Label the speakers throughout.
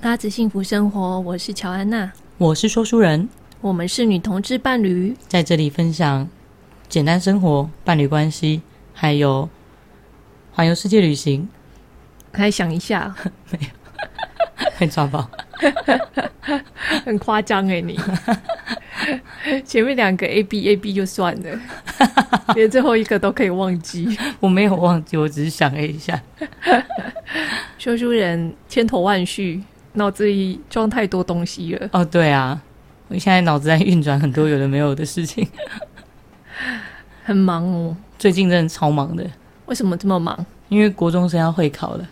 Speaker 1: 搭子幸福生活，我是乔安娜，
Speaker 2: 我是说书人，
Speaker 1: 我们是女同志伴侣，
Speaker 2: 在这里分享简单生活、伴侣关系，还有环游世界旅行。
Speaker 1: 还想一下，
Speaker 2: 很抓包，
Speaker 1: 很夸张哎你。 前面两个 A B A B 就算了，连最后一个都可以忘记。
Speaker 2: 我没有忘记，我只是想了一下。
Speaker 1: 说书人千头万绪，脑子里装太多东西了。
Speaker 2: 哦，对啊，我现在脑子在运转很多有的没有的事情，
Speaker 1: 很忙哦。
Speaker 2: 最近真的超忙的，
Speaker 1: 为什么这么忙？
Speaker 2: 因为国中生要会考了，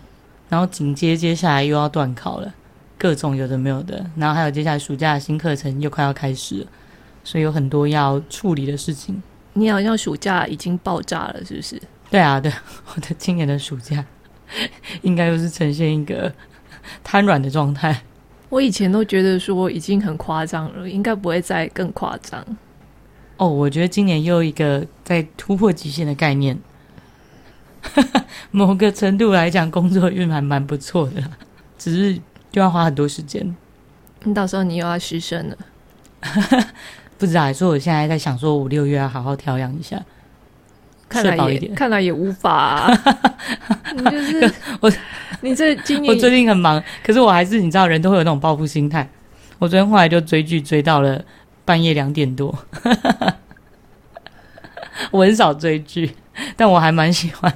Speaker 2: 然后紧接接下来又要断考了，各种有的没有的，然后还有接下来暑假的新课程又快要开始了，所以有很多要处理的事情。
Speaker 1: 你好像暑假已经爆炸了，是不是？
Speaker 2: 对啊，对啊，我的今年的暑假 应该又是呈现一个 瘫软的状态。
Speaker 1: 我以前都觉得说已经很夸张了，应该不会再更夸张。
Speaker 2: 哦，我觉得今年又一个在突破极限的概念。 某个程度来讲，工作运还蛮不错的啦，只是就要花很多时间。
Speaker 1: 你到时候你又要失身了。
Speaker 2: 不知道，所以我现在在想说，五六月要好好调养一下。
Speaker 1: 看来
Speaker 2: 吃饱一
Speaker 1: 也
Speaker 2: 点
Speaker 1: 看来也无法、啊 你就是
Speaker 2: 我，
Speaker 1: 你这今
Speaker 2: 我
Speaker 1: 年
Speaker 2: 最近很忙，可是我还是你知道，人都会有那种报复心态。我昨天后来就追剧追到了半夜两点多，我很少追剧，但我还蛮喜欢。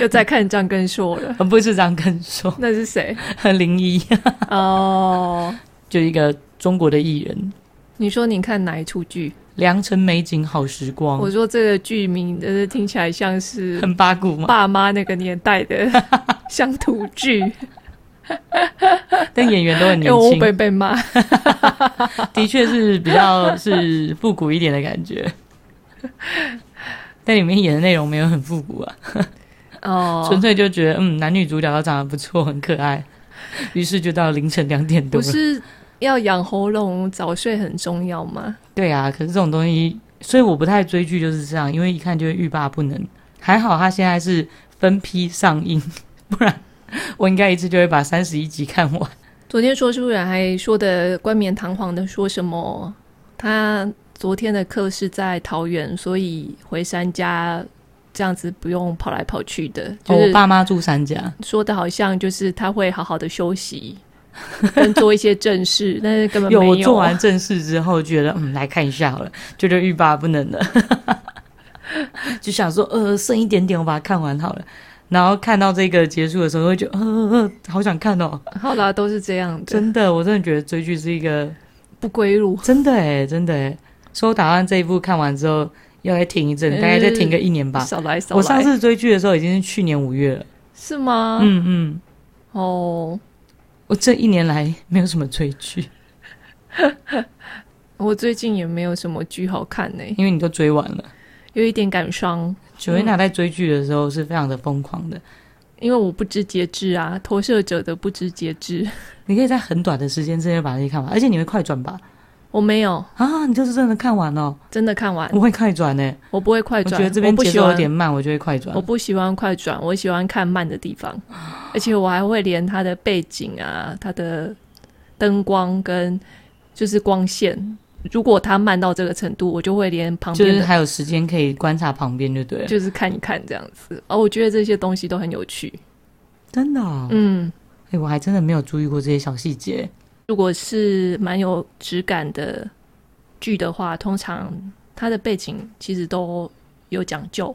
Speaker 1: 又在看张根硕了，
Speaker 2: 不是这样跟你说，
Speaker 1: 那是 谁？
Speaker 2: 林一
Speaker 1: 哦，
Speaker 2: 就一个中国的艺人，
Speaker 1: 你说你看哪一出剧？
Speaker 2: 良辰美景好时光，
Speaker 1: 我说这个剧名就是听起来像是
Speaker 2: 很八股嘛，
Speaker 1: 爸妈那个年代 的乡土剧，
Speaker 2: 但演员都很
Speaker 1: 因
Speaker 2: 年
Speaker 1: 为哎我
Speaker 2: 轻，
Speaker 1: 被被 骂。
Speaker 2: 的确是比较是复古一点的感觉。 但里面演的内容没有很复古啊，纯
Speaker 1: 哦，
Speaker 2: 粹就觉得嗯，男女主角都长得不错，很可爱， 于是就到凌晨两点多
Speaker 1: 哦不
Speaker 2: 了。
Speaker 1: 是要养喉咙，早睡很重要吗？
Speaker 2: 对啊，可是这种东西，所以我不太追剧就是这样，因为一看就会欲罢不能。还好它现在是分批上映， 不然我应该一次就会把三十一集看完。
Speaker 1: 昨天说书人还说的冠冕堂皇的说什么？他昨天的课是在桃园，所以回山家这样子不用跑来跑去的，就
Speaker 2: 哦我
Speaker 1: 是
Speaker 2: 爸妈住三家，
Speaker 1: 说的好像就是他会好好的休息，跟做一些正 事，但是根本
Speaker 2: 有
Speaker 1: 呃没
Speaker 2: 我做完正事之后，觉得嗯，来看一下好了，觉得欲罢不能了， 就想说呃，剩一点点，我把它看完好了。然后看到这个结束的时候，会觉得呃呃，呃好想看哦，
Speaker 1: 好啦，都是这样的，
Speaker 2: 真的，我真的觉得追剧是一个
Speaker 1: 不归路。
Speaker 2: 真的哎，真的哎。所以我打算这一部看完之后，要来停一阵，
Speaker 1: 嗯
Speaker 2: 大概再停个一年吧。
Speaker 1: 少来少来，
Speaker 2: 我上次追剧的时候已经是去年五月了，
Speaker 1: 是吗？
Speaker 2: 嗯嗯，
Speaker 1: 哦，
Speaker 2: 我这一年来没有什么追剧，
Speaker 1: 我最近也没有什么剧好看呢、
Speaker 2: 因为你都追完了。
Speaker 1: 有一点感伤，
Speaker 2: 九月娜在追剧的时候是非常的疯狂的，
Speaker 1: 因为我不知节制啊，投射者的不知节制，
Speaker 2: 你可以在很短的时间之内把这些看完，而且你会快转吧？
Speaker 1: 我没有
Speaker 2: 啊，你就是真的看完哦，
Speaker 1: 真的看完，
Speaker 2: 我会快转呢、欸
Speaker 1: 我不会快
Speaker 2: 我
Speaker 1: 转，
Speaker 2: 觉得这边
Speaker 1: 我不
Speaker 2: 节
Speaker 1: 喜
Speaker 2: 奏
Speaker 1: 欢
Speaker 2: 有点慢，我就会快转
Speaker 1: 我。不喜欢快转，我喜欢看慢的地方，而且我还会连它的背景啊、它的灯光跟就是光线，如果它慢到这个程度，我就会连旁
Speaker 2: 就
Speaker 1: 边
Speaker 2: 是
Speaker 1: 的
Speaker 2: 还有时间可以观察旁边，就对了。
Speaker 1: 就是看一看这样子。哦，我觉得这些东西都很有趣。
Speaker 2: 真的、哦，哎、
Speaker 1: 嗯，
Speaker 2: 我还真的没有注意过这些小细节。
Speaker 1: 如果是蛮有质感的剧的话，通常它的背景其实都有讲究，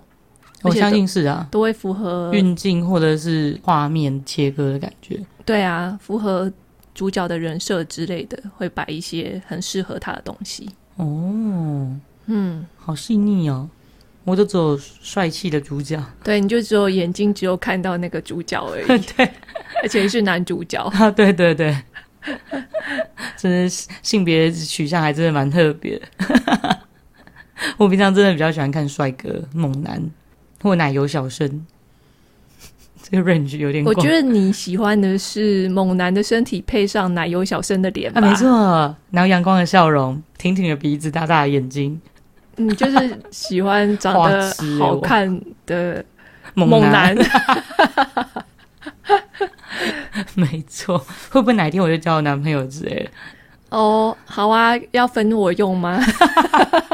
Speaker 1: 而
Speaker 2: 我
Speaker 1: 且
Speaker 2: 相信是啊，
Speaker 1: 都会符合
Speaker 2: 运镜或者是画面切割的感觉。
Speaker 1: 对啊，符合主角的人设之类的，会摆一些很适合他的东西。
Speaker 2: 哦，
Speaker 1: 嗯，
Speaker 2: 好细腻哦！我都只有帅气的主角，
Speaker 1: 对，你就只有眼睛只有看到那个主角而 已，
Speaker 2: 对
Speaker 1: 而且是男主角。
Speaker 2: 啊，对对对， 真的是性别取向还真的蛮特别的。 我平常真的比较喜欢看帅哥、猛男或奶油小生， 这个 range 有点
Speaker 1: 我
Speaker 2: 广。
Speaker 1: 觉得你喜欢的是猛男的身体配上奶油小生的脸吧？
Speaker 2: 啊，没，错，然后阳光的笑容，挺挺的鼻子，大大的眼睛，
Speaker 1: 你就是喜欢长
Speaker 2: 花
Speaker 1: 得
Speaker 2: 痴欸
Speaker 1: 好
Speaker 2: 我
Speaker 1: 看的
Speaker 2: 猛
Speaker 1: 男。
Speaker 2: 没错，会不会哪一天我就交我男朋友之类的？
Speaker 1: 哦，好啊，要分我用吗？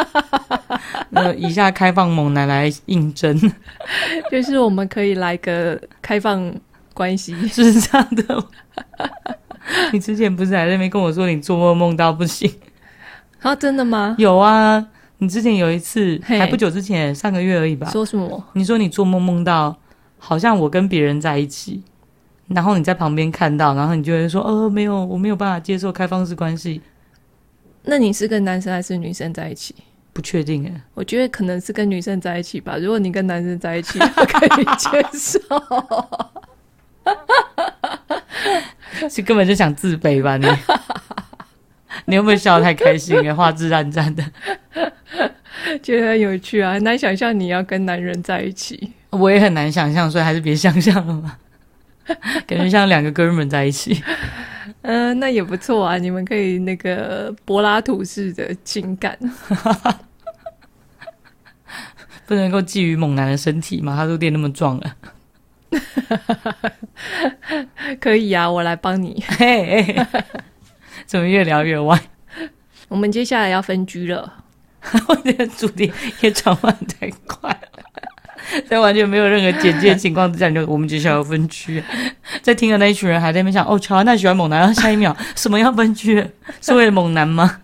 Speaker 2: 那呃以下开放猛男来应征，
Speaker 1: 就是我们可以来个开放关 系。
Speaker 2: 是这样的吗？ 你之前不是还在那边跟我说你做梦梦到不行？
Speaker 1: 啊，真的吗？
Speaker 2: 有啊，你之前有一次，
Speaker 1: 嘿
Speaker 2: 还不久之前，上个月而已吧。
Speaker 1: 说什么？
Speaker 2: 你说你做梦梦到好像我跟别人在一起，然后你在旁边看到，然后你就会说：“呃，没有，我没有办法接受开放式关系。
Speaker 1: 那你是跟男生还是女生在一起？”
Speaker 2: 不确定哎，
Speaker 1: 我觉得可能是跟女生在一起吧。如果你跟男生在一起，我可以接受。
Speaker 2: 是根 本就想自卑吧你？ 你会不会笑得太开心欸了？花枝乱颤的。
Speaker 1: 觉得很有趣啊，很难想象你要跟男人在一起。
Speaker 2: 我也很难想象，所以还是别想象了吧。 感觉像两个哥们在一起，
Speaker 1: 嗯、那也不错啊，你们可以那个柏拉图式的情感。
Speaker 2: 不能够觊觎猛男的身体嘛？他都练那么壮了，
Speaker 1: 可以啊，我来帮你。
Speaker 2: 嘿嘿嘿怎么越聊越歪？
Speaker 1: 我们接下来要分居了，
Speaker 2: 我觉得主题也转换太快了， 在完全没有任何简介的情况之下，你就我们接下来要分居。在听的那一群人还在那边想，哦，乔安娜喜欢猛男，然后下一秒 什么要分居？是为了猛男吗？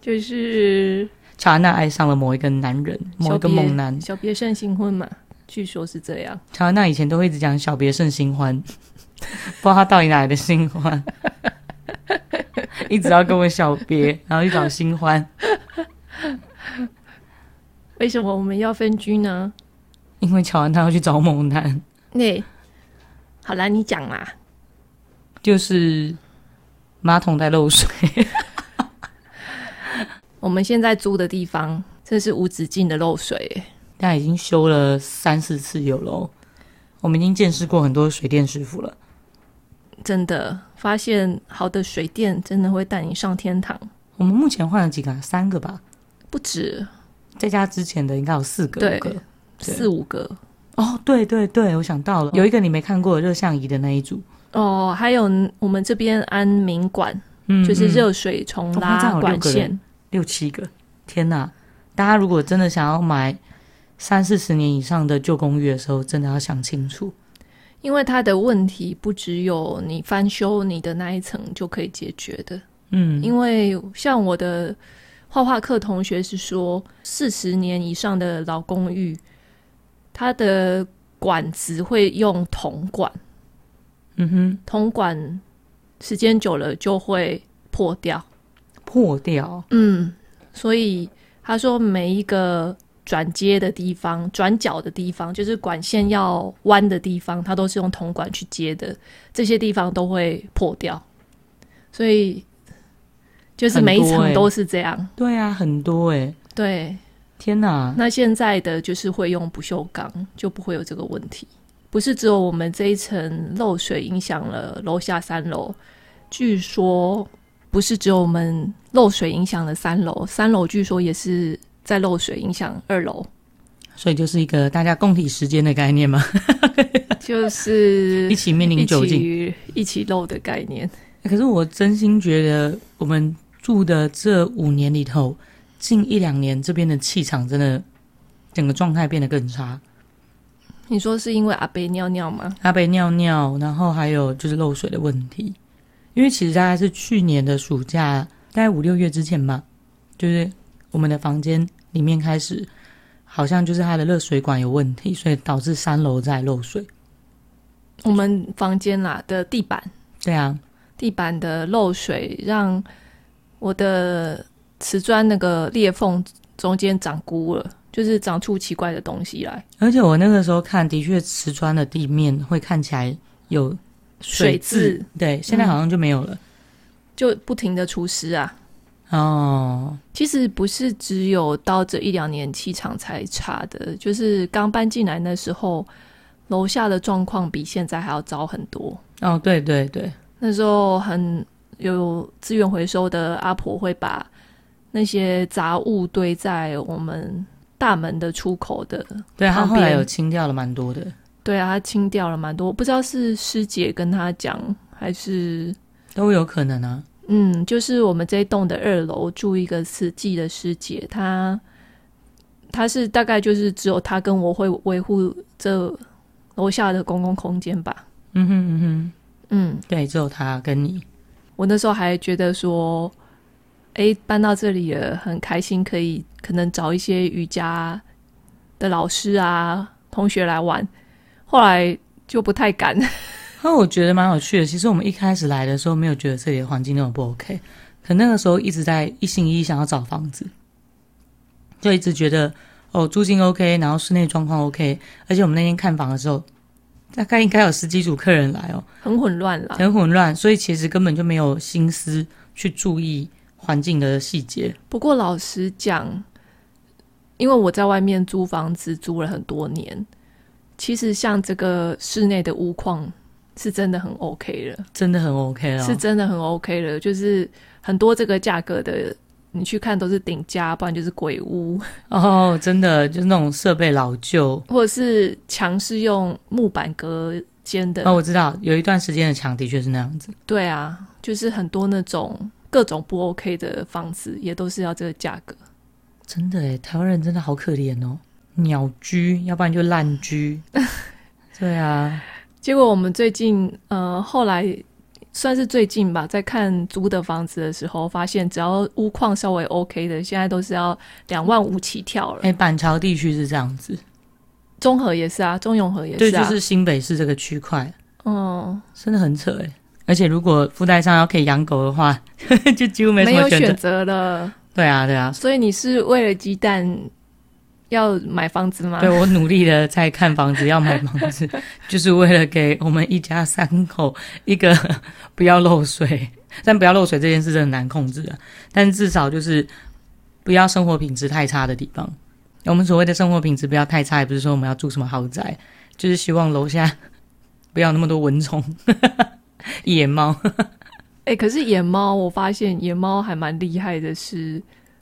Speaker 1: 就是
Speaker 2: 乔安娜爱上了某一个男人，某一个猛男。
Speaker 1: 小别胜新婚嘛，据说是这样。
Speaker 2: 乔安娜以前都会一直讲小别胜新欢， 不知道她到底哪来的新欢， 一直要跟我小别，然后去找新欢，
Speaker 1: 为什么我们要分居呢？
Speaker 2: 因为乔安娜要去找猛男，
Speaker 1: 那、好啦，你讲啦。
Speaker 2: 就是马桶在漏水。
Speaker 1: 我们现在租的地方，这是无止境的漏水耶，
Speaker 2: 但已经修了三四次有喽，我们已经见识过很多水电师傅了。
Speaker 1: 真的发现好的水电真的会带你上天堂，
Speaker 2: 我们目前换了几个啊？三个吧，
Speaker 1: 不止
Speaker 2: 再加之前的应该有四个。
Speaker 1: 对
Speaker 2: 五个对
Speaker 1: 四五个
Speaker 2: 哦，对对对，我想到了，有一个你没看过的热像仪的那一组，
Speaker 1: 哦。还有我们这边安民馆，
Speaker 2: 嗯
Speaker 1: 就是
Speaker 2: 嗯
Speaker 1: 热水重
Speaker 2: 哦那这样
Speaker 1: 拉
Speaker 2: 有六
Speaker 1: 管
Speaker 2: 个人
Speaker 1: 线，
Speaker 2: 六七个，天哪！大家如果真的想要买三四十年以上的旧公寓的时候，真的要想清楚。
Speaker 1: 因为它的问题不只有你翻修你的那一层就可以解决的，
Speaker 2: 嗯，
Speaker 1: 因为像我的画画课同学是说，四十年以上的老公寓，它的管子会用铜管，
Speaker 2: 嗯哼，
Speaker 1: 铜管时间久了就会破掉，
Speaker 2: 破掉，
Speaker 1: 嗯，所以他说每一个。转接的地方、转角的地方，就是管线要弯的地方，它都是用铜管去接的，这些地方都会破掉，所以就是每一
Speaker 2: 很多
Speaker 1: 层
Speaker 2: 欸
Speaker 1: 都是这样。
Speaker 2: 对啊，很多哎、
Speaker 1: 对，
Speaker 2: 天哪！
Speaker 1: 那现在的就是会用不锈钢，就不会有这个问题。不是只有我们这一层漏水影响了楼下三楼，据说不是只有我们漏水影响了三楼，三楼据说也是在漏水影响二楼，
Speaker 2: 所以就是一个大家共体时间的概念嘛，
Speaker 1: 就是
Speaker 2: 一起面临
Speaker 1: 一
Speaker 2: 酒精。
Speaker 1: 起一起漏的概念。
Speaker 2: 可是我真心觉得，我们住的这五年里头，近一两年这边的气场真的整个状态变得更差。
Speaker 1: 你说是因为阿贝尿尿吗？
Speaker 2: 阿北尿尿，然后还有就是漏水的问题。因为其实大概是去年的暑假，大概五六月之前吧，就是我们的房间里面开始好像就是它的热水管有问题，所以导致三楼在漏水。
Speaker 1: 我们房间啦的地板
Speaker 2: 对啊，
Speaker 1: 地板的漏水让我的瓷砖那个裂缝中间长菇了，就是长出奇怪的东西来，
Speaker 2: 而且我那个时候看，的确瓷砖的地面会看起来有
Speaker 1: 水
Speaker 2: 渍，
Speaker 1: 渍
Speaker 2: 对，现在好像就没有了。
Speaker 1: 就不停的出湿啊。
Speaker 2: 哦，
Speaker 1: 其实不是只有到这一两年气场才差的，就是刚搬进来那时候，楼下的状况比现在还要糟很多。
Speaker 2: 哦，对对对，
Speaker 1: 那时候很有资源回收的阿婆会把那些杂物堆在我们大门的出口的
Speaker 2: 对，它
Speaker 1: 旁
Speaker 2: 后来
Speaker 1: 边
Speaker 2: 有清掉了蛮多的。
Speaker 1: 对啊，他清掉了蛮多，我不知道是师姐跟他讲，还是
Speaker 2: 都有可能啊。
Speaker 1: 嗯，就是我们这一栋的二楼住一个慈济的师姐，她她是大概就是只有她跟我会维护这楼下的公共空间吧。
Speaker 2: 嗯哼嗯哼，
Speaker 1: 嗯，
Speaker 2: 对，只有他跟你。
Speaker 1: 我那时候还觉得说，诶，搬到这里了很开心，可以可能找一些瑜伽的老师啊、同学来玩。后来就不太敢，
Speaker 2: 那我觉得蛮有趣的。其实我们一开始来的时候，没有觉得这里的环境那么不 OK，可那个时候一直在一心一意想要找房子，就一直觉得哦租金 OK，然后室内状况 OK，而且我们那天看房的时候，大概应该有十几组客人来哦，
Speaker 1: 很混乱啦。
Speaker 2: 很混乱，所以其实根本就没有心思去注意环境的细节。
Speaker 1: 不过老实讲，因为我在外面租房子租了很多年，其实像这个室内的屋况是真的很 OK 了，
Speaker 2: 真的很 OK 哦了，
Speaker 1: 是真的很 OK 了。就是很多这个价格的，你去看都是顶价，不然就是鬼屋，
Speaker 2: 哦，真的就是那种设备老旧。
Speaker 1: 或者是墙是用木板隔间的。
Speaker 2: 哦，我知道有一段时间的墙的确是那样子。
Speaker 1: 对啊，就是很多那种各种不 OK 的房子，也都是要这个价格。
Speaker 2: 真的哎，台湾人真的好可怜哦，鸟居，要不然就烂 居。对啊，
Speaker 1: 结果我们最近，呃，后来算是最近吧，在看租的房子的时候，发现只要屋况稍微 OK 的，现在都是要两万五起跳了。
Speaker 2: 哎，板桥地区是这样子，
Speaker 1: 中和也是啊，中永和也
Speaker 2: 对，
Speaker 1: 是
Speaker 2: 就
Speaker 1: 啊，
Speaker 2: 是新北市这个区块，
Speaker 1: 嗯，
Speaker 2: 真的很扯哎。而且如果附带上要可以养狗的话， 就几乎没什
Speaker 1: 没
Speaker 2: 么
Speaker 1: 有
Speaker 2: 选择。
Speaker 1: 选择了。
Speaker 2: 对啊，对啊，
Speaker 1: 所以你是为了鸡蛋要买房子吗
Speaker 2: 对？我努力的在看房子，要买房子， 就是为了给我们一家三口一个不要漏水， 但不要漏水这件事真的很难控制啊。但至少就是不要生活品质太差的地方。我们所谓的生活品质不要太差，也不是说我们要住什么豪宅，就是希望楼下不要有那么多蚊虫、 野猫。
Speaker 1: 哎、可是野猫，我发现野猫还蛮厉害的是，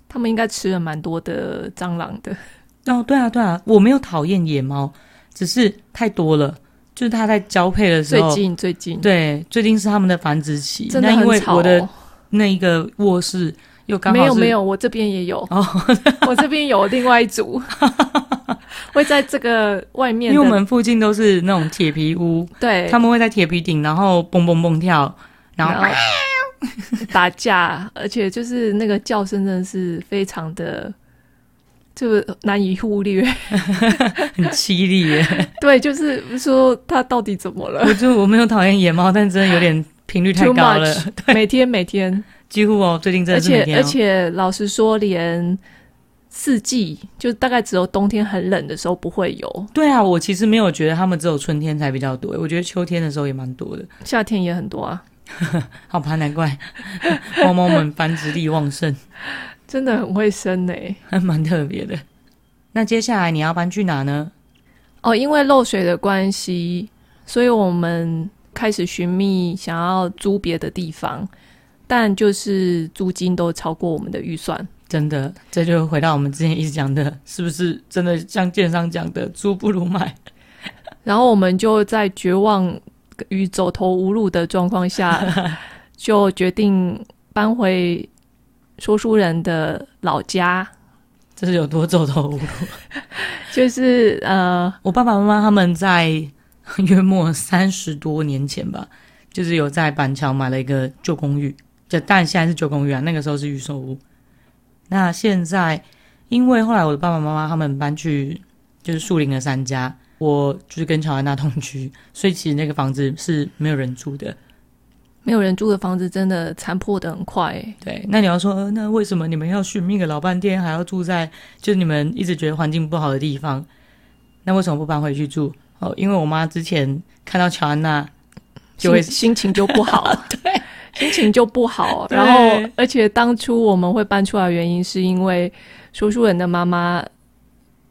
Speaker 1: 它们应该吃了蛮多的蟑螂的。
Speaker 2: 哦，对啊，对啊，我没有讨厌野猫，只是太多了。就是它在交配的时
Speaker 1: 最
Speaker 2: 候，
Speaker 1: 近最近，
Speaker 2: 对，最近是他们的繁殖期。
Speaker 1: 真的
Speaker 2: 那因
Speaker 1: 很
Speaker 2: 为
Speaker 1: 吵、
Speaker 2: 我的
Speaker 1: 哦。
Speaker 2: 那一个卧室又刚好
Speaker 1: 没有
Speaker 2: 是
Speaker 1: 没有，我这边也有，
Speaker 2: 哦
Speaker 1: 我这边有另外一 组，会在这个外面
Speaker 2: 因
Speaker 1: 的，
Speaker 2: 为我们附近都是那种铁皮屋，
Speaker 1: 对
Speaker 2: 他们会在铁皮顶，然后蹦蹦蹦跳，然后
Speaker 1: 然后打架，而且就是那个叫声真的是非常的，就难以忽略。
Speaker 2: 很凄厉耶。
Speaker 1: 对，就是说他到底怎么了
Speaker 2: 我就我没有讨厌野猫，但真的有点频率太
Speaker 1: ？Too
Speaker 2: 高了，
Speaker 1: much，每天每天，
Speaker 2: 几乎哦，最近真
Speaker 1: 而
Speaker 2: 的是每
Speaker 1: 且
Speaker 2: 天、哦、
Speaker 1: 而且老实说，连四季就大概只有冬天很冷的时候不会有，
Speaker 2: 对啊，我其实没有觉得他们只有春天才比较多，我觉得秋天的时候也蛮多的。
Speaker 1: 夏天也很多啊，
Speaker 2: 好吧，难怪 猫猫们繁殖力旺盛，
Speaker 1: 真的很会生呢、
Speaker 2: 还蛮特别的。那接下来你要搬去哪呢？
Speaker 1: 哦，因为漏水的关系，所以我们开始寻觅想要租别的地方，但就是租金都超过我们的预算。
Speaker 2: 真的，这就回到我们之前一直讲的，是不是真的像建商讲的，租不如买？
Speaker 1: 然后我们就在绝望与走投无路的状况下， 就决定搬回说书人的老家，
Speaker 2: 这是有多走投无路？
Speaker 1: 就是呃，
Speaker 2: 我爸爸妈妈他们在约莫三十多年前吧，就是有在板桥买了一个旧公寓，就但现在是旧公寓啊，那个时候是预售屋。那现在因为后来我的爸爸妈妈他们搬去就是树林的三家，我就是跟乔安娜同居，所以其实那个房子是没有人住的。
Speaker 1: 没有人住的房子真的残破的很快、欸。
Speaker 2: 对，那你要说，呃那为什么你们要寻觅个老半天，还要住在就是你们一直觉得环境不好的地方？那为什么不搬回去住？哦，因为我妈之前看到乔安娜，就会
Speaker 1: 心心情就不好， 对，心情就不好。
Speaker 2: 对
Speaker 1: 然后，而且当初我们会搬出来，的原因是因为说书人的妈妈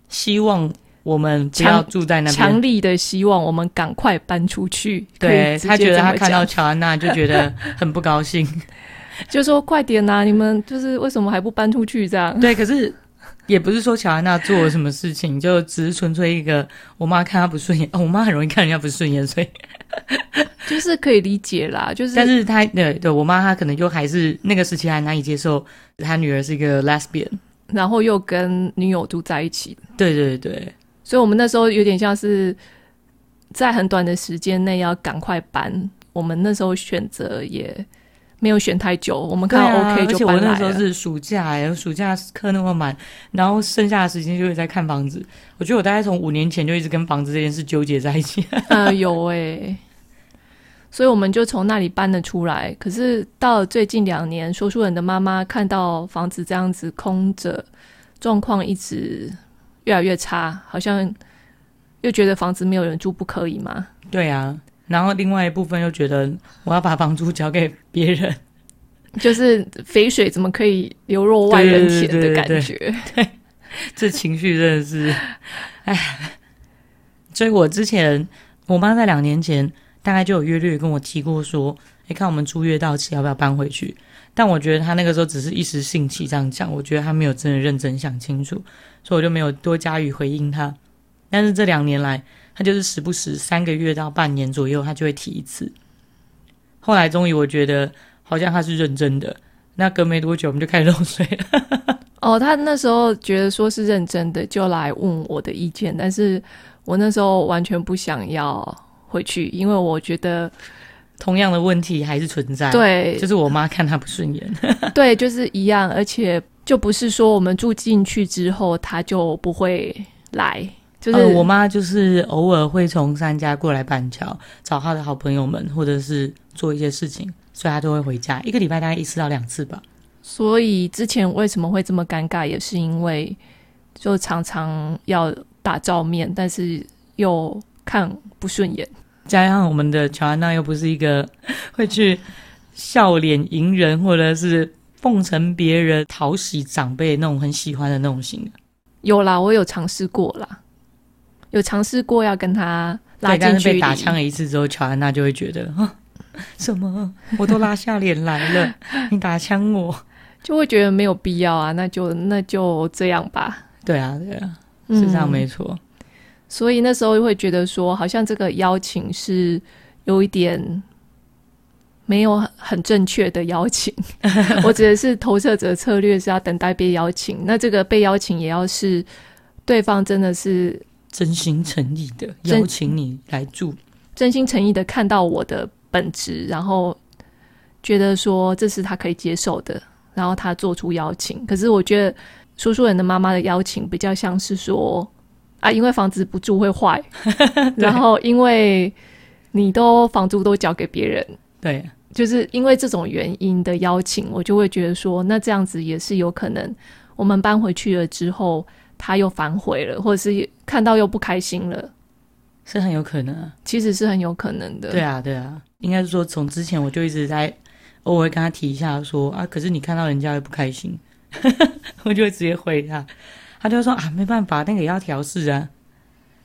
Speaker 2: 希望我们不
Speaker 1: 强
Speaker 2: 要住在那边
Speaker 1: 强。力的希望我们赶快搬出去。可以
Speaker 2: 对
Speaker 1: 直接
Speaker 2: 她觉得
Speaker 1: 这么
Speaker 2: 她看到
Speaker 1: 讲
Speaker 2: 乔安娜就觉得很不高 兴。
Speaker 1: 啊 就说快点呐、你们就是为什么还不搬出去？这样
Speaker 2: 对，可是也不是说乔安娜做了什么事情，就只是纯粹一个我妈看她不顺眼。哦，我妈很容易看人家不顺眼，所以
Speaker 1: 就是可以理解啦，就是
Speaker 2: 但是她对对我妈她可能就还是那个时期还难以接受她女儿是一个 lesbian。
Speaker 1: 然后又跟女友住在一起，
Speaker 2: 对对对，
Speaker 1: 所以我们那时候有点像是在很短的时间内要赶快搬。我们那时候选择也没有选太久，我们看
Speaker 2: 对
Speaker 1: 到
Speaker 2: 啊
Speaker 1: OK
Speaker 2: 而且
Speaker 1: 就
Speaker 2: 我
Speaker 1: 搬
Speaker 2: 那
Speaker 1: 来
Speaker 2: 时
Speaker 1: 了。
Speaker 2: 候是暑假、欸，暑假课那么满，然后剩下的时间就是在看房子。我觉得我大概从五年前就一直跟房子这件事纠结在一起。
Speaker 1: 呃， 有哎、所以我们就从那里搬了出来。可是到了最近两年，说书人的妈妈看到房子这样子空着，状况一直越来越差，好像又觉得房子没有人住不可以吗？
Speaker 2: 对啊，然后另外一部分又觉得我要把房租交给别人。
Speaker 1: 就是肥水怎么可以流入外人田的感
Speaker 2: 对对对
Speaker 1: 觉？
Speaker 2: 这情绪真的是，哎，所以我之前我妈在两年前大概就有约略跟我提过说，哎，看我们租约到期要不要搬回去？但我觉得她那个时候只是一时兴起这样讲，我觉得她没有真的认真想清楚，所以我就没有多加以回应她。但是这两年来，她就是时不时三个月到半年左右，她就会提一次。后来终于我觉得好像她是认真的，那隔没多久我们就开始漏水了。
Speaker 1: 哦，他那时候觉得说是认真的，就来问我的意见，但是我那时候完全不想要回去，因为我觉得
Speaker 2: 同样的问题还是存在。
Speaker 1: 对
Speaker 2: 哎就是我妈看他不 顺眼，
Speaker 1: 对，就是一样，而且就不是说我们住进去之后他就不会来，就是、
Speaker 2: 呃我妈就是偶尔会从三家过来板桥找她的好朋友们，或者是做一些事情，所以她都会回家，一个礼拜大概一次到两次吧。
Speaker 1: 所以之前为什么会这么尴尬，也是因为就常常要打照面，但是又看不顺眼。
Speaker 2: 加上我们的乔安娜又不是一个会去笑脸迎人，或者是奉承别人、讨喜长辈那种很喜欢的那种型的，
Speaker 1: 有啦，我有尝试过啦，有尝试过要跟他拉
Speaker 2: 对，
Speaker 1: 近
Speaker 2: 但是
Speaker 1: 距
Speaker 2: 被
Speaker 1: 离。
Speaker 2: 打枪了一次之后，乔安娜就会觉得啊， 什么我都拉下脸来了，你打枪我。
Speaker 1: 就会觉得没有必要啊，那就那就这样吧，
Speaker 2: 对啊，对啊，是这样
Speaker 1: 嗯
Speaker 2: 没错。
Speaker 1: 所以那时候会觉得说，好像这个邀请是有一点没有很正确的邀 请。我指的是投射者策略是要等待被邀请，那这个被邀请也要是对方真的是
Speaker 2: 真心诚意的
Speaker 1: 真
Speaker 2: 邀请你来住，
Speaker 1: 真心诚意的看到我的本质，然后觉得说这是他可以接受的，然后他做出邀请。可是我觉得说书人的妈妈的邀请比较像是说啊，因为房子不住会坏，然后因为你都房租都交给别人，
Speaker 2: 对，
Speaker 1: 就是因为这种原因的邀请，我就会觉得说，那这样子也是有可能，我们搬回去了之后，他又反悔了，或者是看到又不开心了，
Speaker 2: 是很有可能、啊。
Speaker 1: 其实是很有可能的。
Speaker 2: 对啊，对啊，应该是说从之前我就一直在偶尔跟他提一下说啊，可是你看到人家会不开心， 我就会直接回他，他就会说啊，没办法，那个也要调试啊。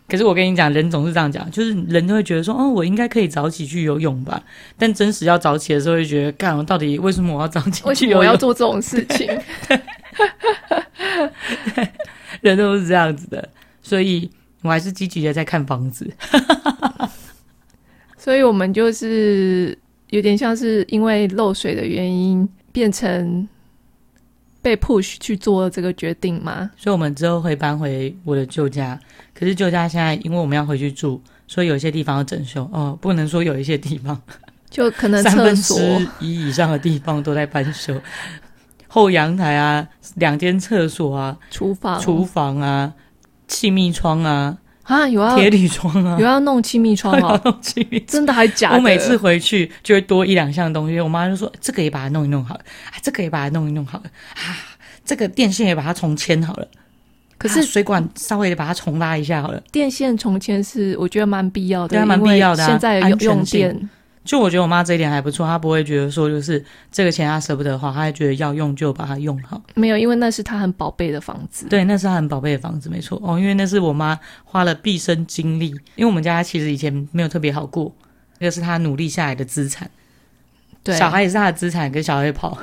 Speaker 2: 可是我跟你讲，人总是这样讲，就是人都会觉得说，哦，我应该可以早起去游泳吧。但真实要早起的时候，会觉得，干，我到底为什么我要早起
Speaker 1: 为什
Speaker 2: 去
Speaker 1: 么
Speaker 2: 游
Speaker 1: 我要
Speaker 2: 泳？
Speaker 1: 做这种事情？
Speaker 2: 人都是这样子的，所以我还是积极的在看房子。
Speaker 1: 所以我们就是有点像是因为漏水的原因，变成被 push 去做这个决定嘛。
Speaker 2: 所以我们之后会搬回我的旧家。可是旧家现在因为我们要回去住，所以有些地方要整修哦，不能说有一些 地方，
Speaker 1: 就可能
Speaker 2: 三
Speaker 1: 厕
Speaker 2: 分
Speaker 1: 所
Speaker 2: 之一以上的地方都在翻修，后阳台啊，两间厕所啊，
Speaker 1: 厨房、
Speaker 2: 厨房啊，气密窗啊，
Speaker 1: 啊，有要
Speaker 2: 铁铝窗啊
Speaker 1: 有，要弄气密窗
Speaker 2: 要
Speaker 1: 哦，
Speaker 2: 弄气密窗。
Speaker 1: 真的还假的？
Speaker 2: 我每次回去就会多一两项东西，我妈就说这个也把它弄一弄好了，啊，这个也把它弄一弄好了，啊，这个电线也把它重牵好了，
Speaker 1: 可
Speaker 2: 啊
Speaker 1: 是
Speaker 2: 水管稍微把它重拉一下好了。
Speaker 1: 电线重牵是我觉得蛮必要的，
Speaker 2: 对啊蛮
Speaker 1: 因为
Speaker 2: 必要的啊
Speaker 1: 现在用
Speaker 2: 安全
Speaker 1: 用
Speaker 2: 性
Speaker 1: 电
Speaker 2: 就我觉得我妈这一点还不错，她不会觉得说就是这个钱她舍不得花，她还觉得要用就把它用好。
Speaker 1: 没有，因为那是他很宝贝的房子。
Speaker 2: 对，那是她很宝贝的房子，没错哦，因为那是我妈花了毕生精力，因为我们家其实以前没有特别好过，那个是她努力下来的资产，
Speaker 1: 对，
Speaker 2: 小孩也是她的资产，跟小孩跑，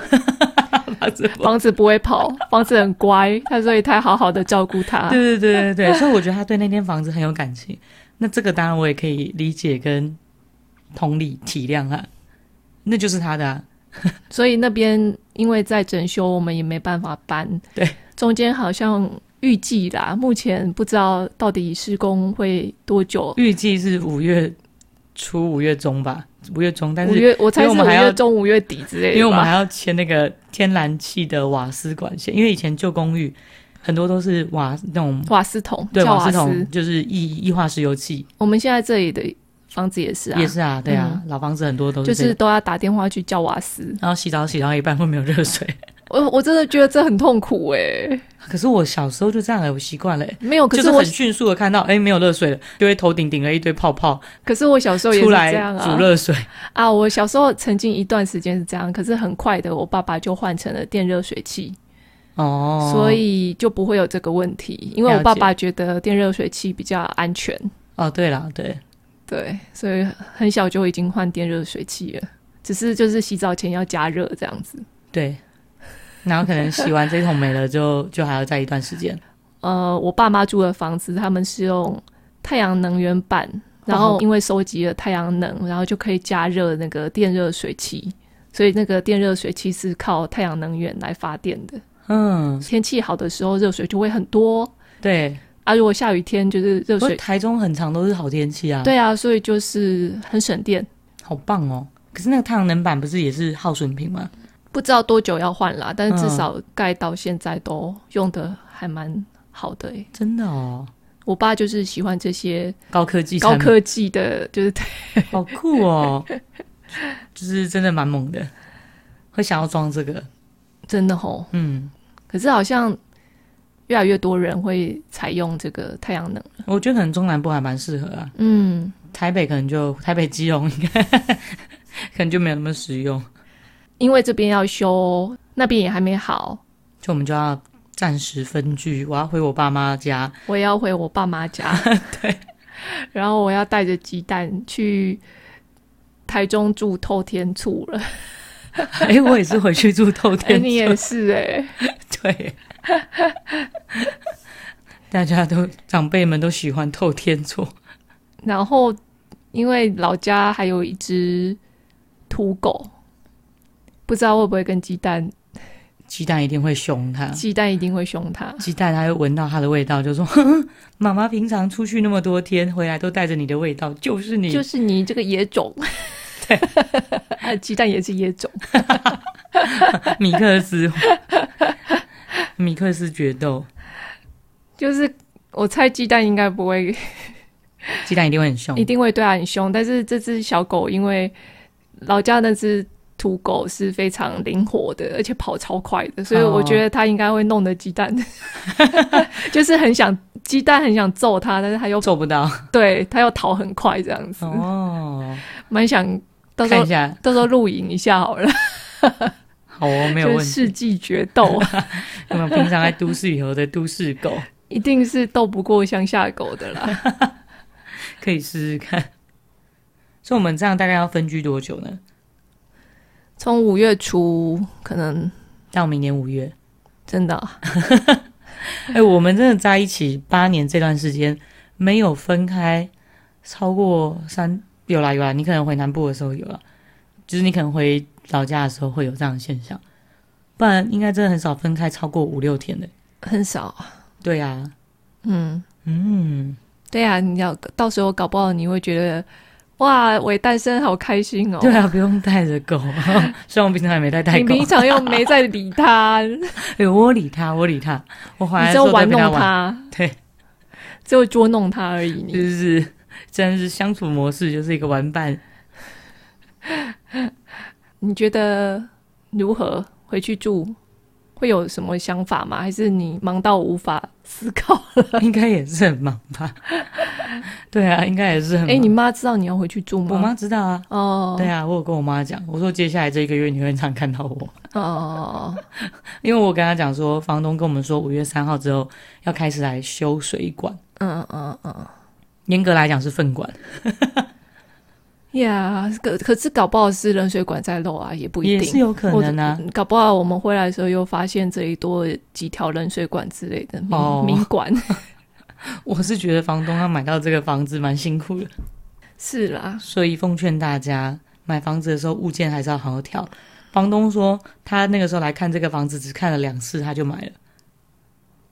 Speaker 2: 他怎么？
Speaker 1: 房子不会跑，房子很乖，他所以他好好的照顾 他。
Speaker 2: 对对对对对，所以我觉得他对那间房子很有感情。那这个当然我也可以理解跟同理体谅啊，那就是他的、啊。
Speaker 1: 所以那边因为在整修，我们也没办法搬。
Speaker 2: 对，
Speaker 1: 中间好像预计啦，目前不知道到底施工会多久。
Speaker 2: 预计是五月初、五月中吧，五月中，但
Speaker 1: 五
Speaker 2: 是
Speaker 1: 月我猜是
Speaker 2: 因为我
Speaker 1: 五
Speaker 2: 们还要
Speaker 1: 月中、五月底之类的吧，
Speaker 2: 因为我们还要牵那个天然气的瓦斯管线，因为以前旧公寓很多都是瓦那种
Speaker 1: 瓦斯桶，
Speaker 2: 对
Speaker 1: 叫
Speaker 2: 瓦斯
Speaker 1: 斯
Speaker 2: 桶，就是液液化石油气，
Speaker 1: 我们现在这里的房子也是啊，
Speaker 2: 也是啊，对啊，老房子很多都
Speaker 1: 就是
Speaker 2: 这
Speaker 1: 是
Speaker 2: 样。
Speaker 1: 都要打电话去叫瓦斯。
Speaker 2: 然后洗澡洗到一半会没有热 水，
Speaker 1: 我我真的觉得这很痛苦哎、
Speaker 2: 可是我小时候就这样了，我习惯了、
Speaker 1: 没有，可
Speaker 2: 就是是
Speaker 1: 我
Speaker 2: 很迅速的看到，哎、没有热水了，就会头顶顶了一堆泡泡
Speaker 1: 可是我小时候也是
Speaker 2: 出来
Speaker 1: 这样
Speaker 2: 煮
Speaker 1: 啊
Speaker 2: 热水，
Speaker 1: 啊！我小时候曾经一段时间是这样，可是很快的，我爸爸就换成了电热水器，
Speaker 2: 哦，
Speaker 1: 所以就不会有这个问题。因为我
Speaker 2: 了
Speaker 1: 爸
Speaker 2: 解
Speaker 1: 爸觉得电热水器比较安全，
Speaker 2: 哦，对啦，对，
Speaker 1: 对，所以很小就已经换电热水器了，只是就是洗澡前要加热这样子。
Speaker 2: 对，然后可能洗完这一桶没了就，就还要再一段时间。
Speaker 1: 呃，我爸妈住的房子，他们是用太阳能源板，然
Speaker 2: 哦
Speaker 1: 后因为收集了太阳能，然后就可以加热那个电热水器，所以那个电热水器是靠太阳能源来发电的。
Speaker 2: 嗯，
Speaker 1: 天气好的时候，热水就会很多
Speaker 2: 对，
Speaker 1: 啊。如果下雨天，就是热
Speaker 2: 不是
Speaker 1: 水。
Speaker 2: 台中很长都是好天气啊，，
Speaker 1: 对啊，所以就是很省电，
Speaker 2: 好棒哦。可是那个太阳能板不是也是耗损品吗？
Speaker 1: 不知道多久要换啦，但是
Speaker 2: 嗯
Speaker 1: 至少盖到现在都用的还蛮好的、欸。
Speaker 2: 真的哦，
Speaker 1: 我爸就是喜欢这些
Speaker 2: 高科技
Speaker 1: 高
Speaker 2: 产品，
Speaker 1: 科技的，就是
Speaker 2: 好酷哦，就是真的蛮猛的，会想要装这个，
Speaker 1: 真的吼，
Speaker 2: 嗯，
Speaker 1: 可是好像越来越多人会采用这个太阳能。
Speaker 2: 我觉得可能中南部还蛮适合啊，
Speaker 1: 嗯，
Speaker 2: 台北可能就台北基隆应该 可能就没有那么实用，
Speaker 1: 因为这边要修，那边也还没好，
Speaker 2: 就我们就要暂时分居，我要回我爸妈家，
Speaker 1: 我也要回我爸妈家。
Speaker 2: 对，
Speaker 1: 然后我要带着鸡蛋去台中住透天厝了。
Speaker 2: 哎、我也是回去住透
Speaker 1: 哎、
Speaker 2: 天，
Speaker 1: 你也是哎、
Speaker 2: 对，大家都长辈们都喜欢透天厝，
Speaker 1: 然后因为老家还有一只土狗，不知道会不会跟鸡蛋，
Speaker 2: 鸡蛋一定会 凶它。
Speaker 1: 鸡蛋一定会凶它。
Speaker 2: 鸡蛋，它会闻到它的味道，就说 哼：“妈妈平常出去那么多天，回来都带着你的味道，就是你。
Speaker 1: 就是你这个野种。对，鸡蛋也是野种。
Speaker 2: 米 克斯，米克斯决斗，
Speaker 1: 就是我猜鸡蛋应该不会，
Speaker 2: 鸡蛋一定会很凶
Speaker 1: 一。定会对它很凶。但是这只小狗，因为老家那只土狗是非常灵活的，而且跑超快的，所以
Speaker 2: 哦
Speaker 1: 我觉得它应该会弄得鸡蛋，就是很想鸡蛋很想揍它，但是它又
Speaker 2: 做不到
Speaker 1: 对它又逃很快这样子，
Speaker 2: 哦，
Speaker 1: 蛮想到时
Speaker 2: 看
Speaker 1: 候
Speaker 2: 一下，
Speaker 1: 到时候录影一下好了，
Speaker 2: 好哦，没有
Speaker 1: 就
Speaker 2: 问
Speaker 1: 是
Speaker 2: 题。
Speaker 1: 世纪决 斗，
Speaker 2: 我们平常在都市以后的都市狗，
Speaker 1: 一定是斗不过乡下狗的啦。
Speaker 2: 可以试试看。所以我们这样大概要分居多久呢？
Speaker 1: 从五月初可能
Speaker 2: 到明年五月。
Speaker 1: 真的啊、
Speaker 2: 哎、我们真的在一起八年这段时间没有分开，超过三有啦有啦，你可能回南部的时候有啦，就是你可能回老家的时候会有这样的现象，不然应该真的很少分开超过五六天的。
Speaker 1: 很少。
Speaker 2: 对啊，
Speaker 1: 嗯，
Speaker 2: 嗯，
Speaker 1: 对啊，你要到时候搞不好你会觉得，哇，我单身好开心哦。
Speaker 2: 对啊，不用带着狗， 虽然我平常也没带带
Speaker 1: 你
Speaker 2: 狗，
Speaker 1: 平常又没在理 他，
Speaker 2: 哎、我理它，我理它，我回来
Speaker 1: 你只
Speaker 2: 的时
Speaker 1: 有
Speaker 2: 候都
Speaker 1: 玩
Speaker 2: 陪
Speaker 1: 弄
Speaker 2: 它玩，
Speaker 1: 他，
Speaker 2: 对，
Speaker 1: 只有捉弄他而已。你
Speaker 2: 就是真是相处模式就是一个玩伴。
Speaker 1: 你觉得如何回去住？会有什么想法吗？还是你忙到无法思考？
Speaker 2: 应该也是很忙吧？对啊，应该也是很忙。
Speaker 1: 哎、你妈知道你要回去住吗？
Speaker 2: 我妈知道啊。
Speaker 1: 哦，
Speaker 2: 对啊，我有跟我妈讲，我说接下来这一个月你会很常看到我，
Speaker 1: 哦，
Speaker 2: 因为我跟她讲说，房东跟我们说五月三号之后要开始来修水管，
Speaker 1: 嗯嗯嗯嗯，
Speaker 2: 严格来讲是粪管，
Speaker 1: 呀、可可是搞不好是冷水管在漏啊，也不一
Speaker 2: 也是
Speaker 1: 定。
Speaker 2: 有可能啊。
Speaker 1: 搞不好我们回来的时候又发现这里多了几条冷水管之类的民、
Speaker 2: 哦
Speaker 1: 民管，
Speaker 2: 我是觉得房东他买到这个房子蛮辛苦的，
Speaker 1: 是啦，
Speaker 2: 所以奉劝大家买房子的时候物件还是要好好挑。房东说他那个时候来看这个房子，只看了两次他就买了。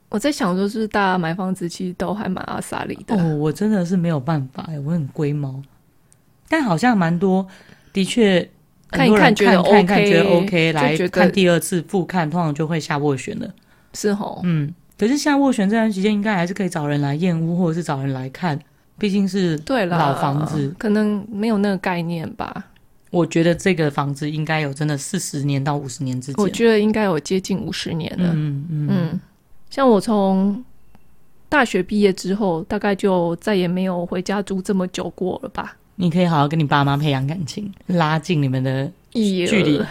Speaker 1: 我在想说，是不是大家买房子其实都还蛮阿萨里的啊、
Speaker 2: 哦，我真的是没有办法哎，我很龟毛，但好像蛮多，的确
Speaker 1: 看
Speaker 2: 很
Speaker 1: 一
Speaker 2: 多人
Speaker 1: 看觉得
Speaker 2: 看看看觉得
Speaker 1: OK，就
Speaker 2: OK，
Speaker 1: 觉
Speaker 2: 来
Speaker 1: 得
Speaker 2: 看第二次复看，通常就会下斡旋了。
Speaker 1: 是吼，
Speaker 2: 嗯，可是下斡旋这段期间，应该还是可以找人来验屋，或者是找人来看，毕竟是
Speaker 1: 对啦，
Speaker 2: 老房子。
Speaker 1: 可能没有那个概念吧。
Speaker 2: 我觉得这个房子应该有真的四十年到五十年之间。
Speaker 1: 我觉得应该有接近五十年了。
Speaker 2: 嗯嗯嗯，
Speaker 1: 嗯，像我从大学毕业之后，大概就再也没有回家住这么久过了吧？
Speaker 2: 你可以好好跟你爸妈培养感情，拉近你们的，距离啊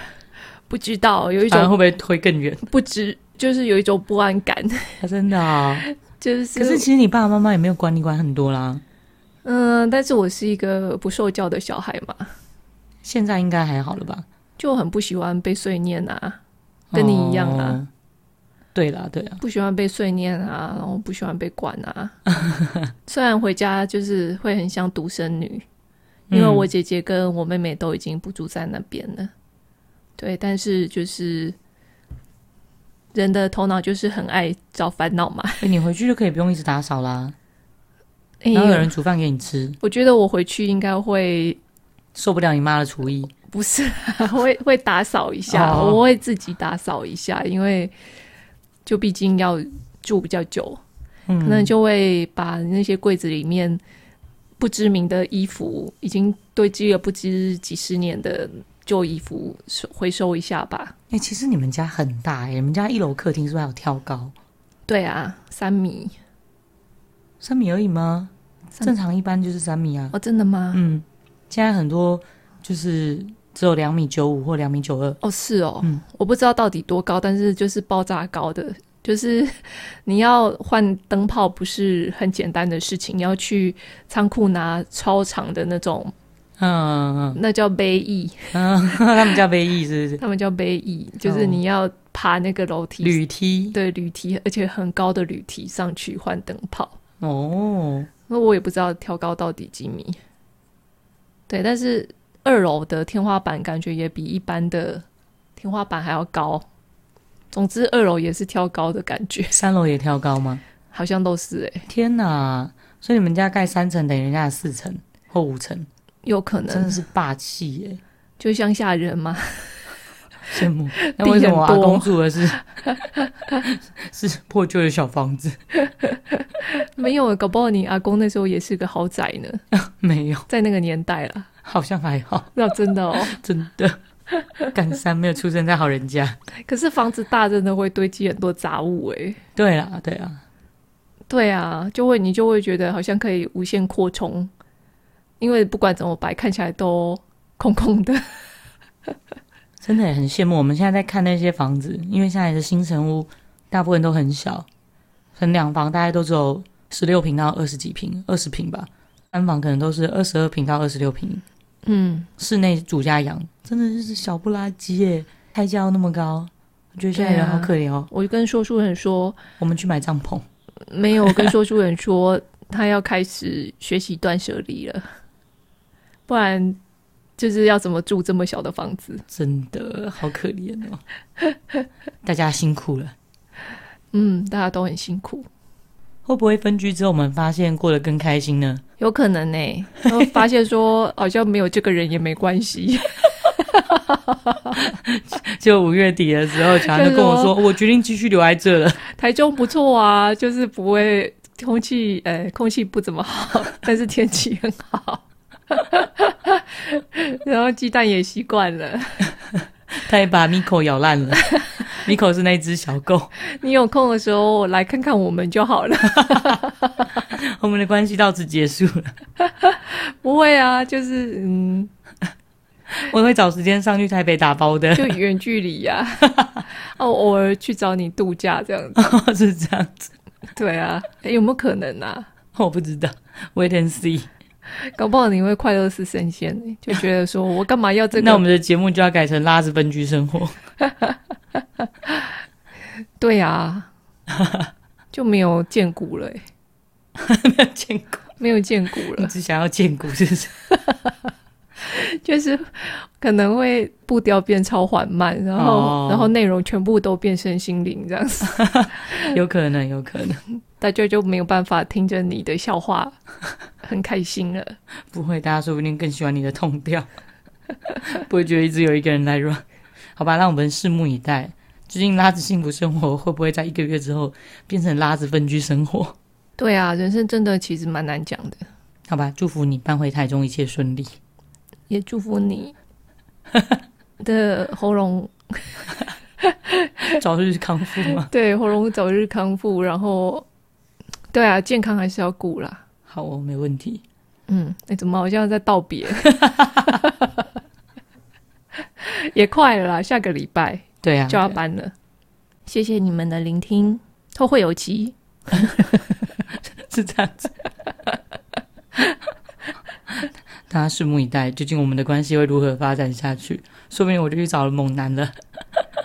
Speaker 1: 不知道，有一
Speaker 2: 反而
Speaker 1: 种
Speaker 2: 会不会推更远？
Speaker 1: 不知，就是有一种不安感，
Speaker 2: 啊真的啊、
Speaker 1: 就是
Speaker 2: 可是其实你爸爸妈妈也没有管你管很多啦。
Speaker 1: 嗯、但是我是一个不受教的小孩嘛，
Speaker 2: 现在应该还好了吧？
Speaker 1: 就很不喜欢被碎念啊，跟你一样啊
Speaker 2: 哦。对啦，对啊啦，
Speaker 1: 不喜欢被碎念啊，然后不喜欢被管啊。 虽然回家就是会很像独生女，因为
Speaker 2: 嗯
Speaker 1: 我姐姐跟我妹妹都已经不住在那边了。对，但是就是人的头脑就是很爱找烦恼嘛。
Speaker 2: 哎你回去就可以不用一直打扫啦，
Speaker 1: 哎
Speaker 2: 然后有人煮饭给你吃，
Speaker 1: 我觉得我回去应该会
Speaker 2: 受不了你妈的厨艺。
Speaker 1: 不是 啊会会打扫一下，
Speaker 2: 哦
Speaker 1: 我会自己打扫一下，因为就毕竟要住比较久。
Speaker 2: 嗯，
Speaker 1: 可能就会把那些柜子里面不知名的衣服，已经堆积了不知几十年的旧衣服收回收一下吧。
Speaker 2: 哎、其实你们家很大哎、你们家一楼客厅是不是还有跳高？
Speaker 1: 对啊，三米
Speaker 2: 三米而已吗？
Speaker 1: 三
Speaker 2: 正常一般就是三米啊。
Speaker 1: 哦，真的吗？
Speaker 2: 嗯，现在很多就是只有两米九五或两米九二。
Speaker 1: 哦，是哦，
Speaker 2: 嗯
Speaker 1: 我不知道到底多高，但是就是爆炸高的， 就是你要换灯泡不是很简单的事情，你要去仓库拿超长的那种，
Speaker 2: 嗯 嗯
Speaker 1: 那叫杯翼，
Speaker 2: 嗯，他们家杯翼是不是？
Speaker 1: 他们叫杯翼，就是
Speaker 2: 哦
Speaker 1: 你要爬那个楼梯
Speaker 2: 铝梯
Speaker 1: 对铝梯，而且很高的铝梯上去换灯泡。
Speaker 2: 哦，
Speaker 1: 那我也不知道挑高到底几米。对，但是二楼的天花板感觉也比一般的天花板还要高。总之，二楼也是挑高的感觉，
Speaker 2: 三楼也跳高吗？
Speaker 1: 好像都是欸诶、
Speaker 2: 天哪！所以你们家盖三层等于人家的四层或五层，
Speaker 1: 有可
Speaker 2: 真的
Speaker 1: 能
Speaker 2: 是霸气耶、
Speaker 1: 就乡下人嘛。
Speaker 2: 羡慕。那
Speaker 1: 地
Speaker 2: 为什
Speaker 1: 很
Speaker 2: 么我阿
Speaker 1: 多
Speaker 2: 公住的是 是破旧的小房子？
Speaker 1: 没有，搞不好你阿公那时候也是个豪宅呢，
Speaker 2: 没有，
Speaker 1: 在那个年代啦。
Speaker 2: 好像还好，
Speaker 1: 那真的哦，
Speaker 2: 真的。干三没有出生在好人家。
Speaker 1: 可是房子大真的会堆积很多杂物欸诶、
Speaker 2: 对啦，对啊啦，
Speaker 1: 对啊，就会你就会觉得好像可以无限扩充，因为不管怎么摆，看起来都空空的。
Speaker 2: 真的也很羡慕。我们现在在看那些房子，因为现在的新城屋大部分都很小，很两房大概都只有十六平到二十几平，二十平吧。三房可能都是二十二平到二十六平，
Speaker 1: 嗯，
Speaker 2: 室内主家养，真的是小不拉几耶，开价要那么高，我觉得现在人好可怜哦。
Speaker 1: 我就跟说书人说，
Speaker 2: 我们去买帐篷，
Speaker 1: 没有，我跟说书人说他要开始学习断舍离了， 不然就是要怎么住这么小的房子？
Speaker 2: 真的好可怜 哦。大家辛苦了，
Speaker 1: 嗯，大家都很辛苦，
Speaker 2: 会不会分居之后我们发现过得更开心呢？
Speaker 1: 有可能呢、然后发现说好像没有这个人也没关系，
Speaker 2: 就五月底的时候，乔安就跟我说，哦我决定继续留在这了。
Speaker 1: 台中不错啊，就是不会空气，呃，空气不怎么好， 但是天气很好。 然后鸡蛋也习惯了。
Speaker 2: 他也把 Miko 咬烂了。Miko 是那只小狗，
Speaker 1: 你有空的时候来看看我们就好了。
Speaker 2: 我们的关系到此结束了。
Speaker 1: 不会啊，就是嗯，
Speaker 2: 我会找时间上去台北打包的，
Speaker 1: 就远距离呀、 哦，偶尔去找你度假这样子。
Speaker 2: 是这样子。
Speaker 1: 对啊，诶有没有可能啊？
Speaker 2: 我不知道，wait and see。
Speaker 1: 搞不好你会快乐似神仙、欸，就觉得说我干嘛要这个？
Speaker 2: 那我们的节目就要改成拉子分居生活，
Speaker 1: 对啊，就没有见骨了、欸，
Speaker 2: 没有见骨，
Speaker 1: 没有见骨
Speaker 2: 你
Speaker 1: 了，
Speaker 2: 只想要见骨，是不是？
Speaker 1: 就是可能会步调变超缓慢，然后、
Speaker 2: 哦
Speaker 1: 然后内容全部都变身心灵这样子，
Speaker 2: 有可能，有可能，
Speaker 1: 大家就没有办法听着你的笑话很开心了。
Speaker 2: 不会，大家说不定更喜欢你的痛调， 不会觉得一直有一个人来 run。好吧，让我们拭目以待，究竟拉子幸福生活会不会在一个月之后变成拉子分居生活？
Speaker 1: 对啊，人生真的其实蛮难讲的，
Speaker 2: 好吧，祝福你搬回台中一切顺利。
Speaker 1: 也祝福你 的喉咙
Speaker 2: 早日康复吗？
Speaker 1: 对喉咙早日康复，然后对啊，健康还是要顾啦。
Speaker 2: 好哦，没问题。
Speaker 1: 嗯，哎、怎么好像在道别？ 也快了啦，下个礼拜
Speaker 2: 对啊，
Speaker 1: 就要搬了。谢谢你们的聆听，后会有期。
Speaker 2: 是这样子。 大家拭目以待，究竟我们的关系会如何发展下去？说不定我就去找了猛男了。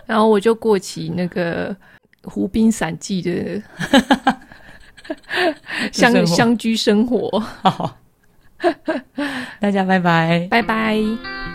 Speaker 1: 然后我就过起那个湖滨散记 的
Speaker 2: 生
Speaker 1: 相
Speaker 2: 活
Speaker 1: 相居生活。
Speaker 2: 好，大家拜拜。
Speaker 1: 拜拜。
Speaker 3: 「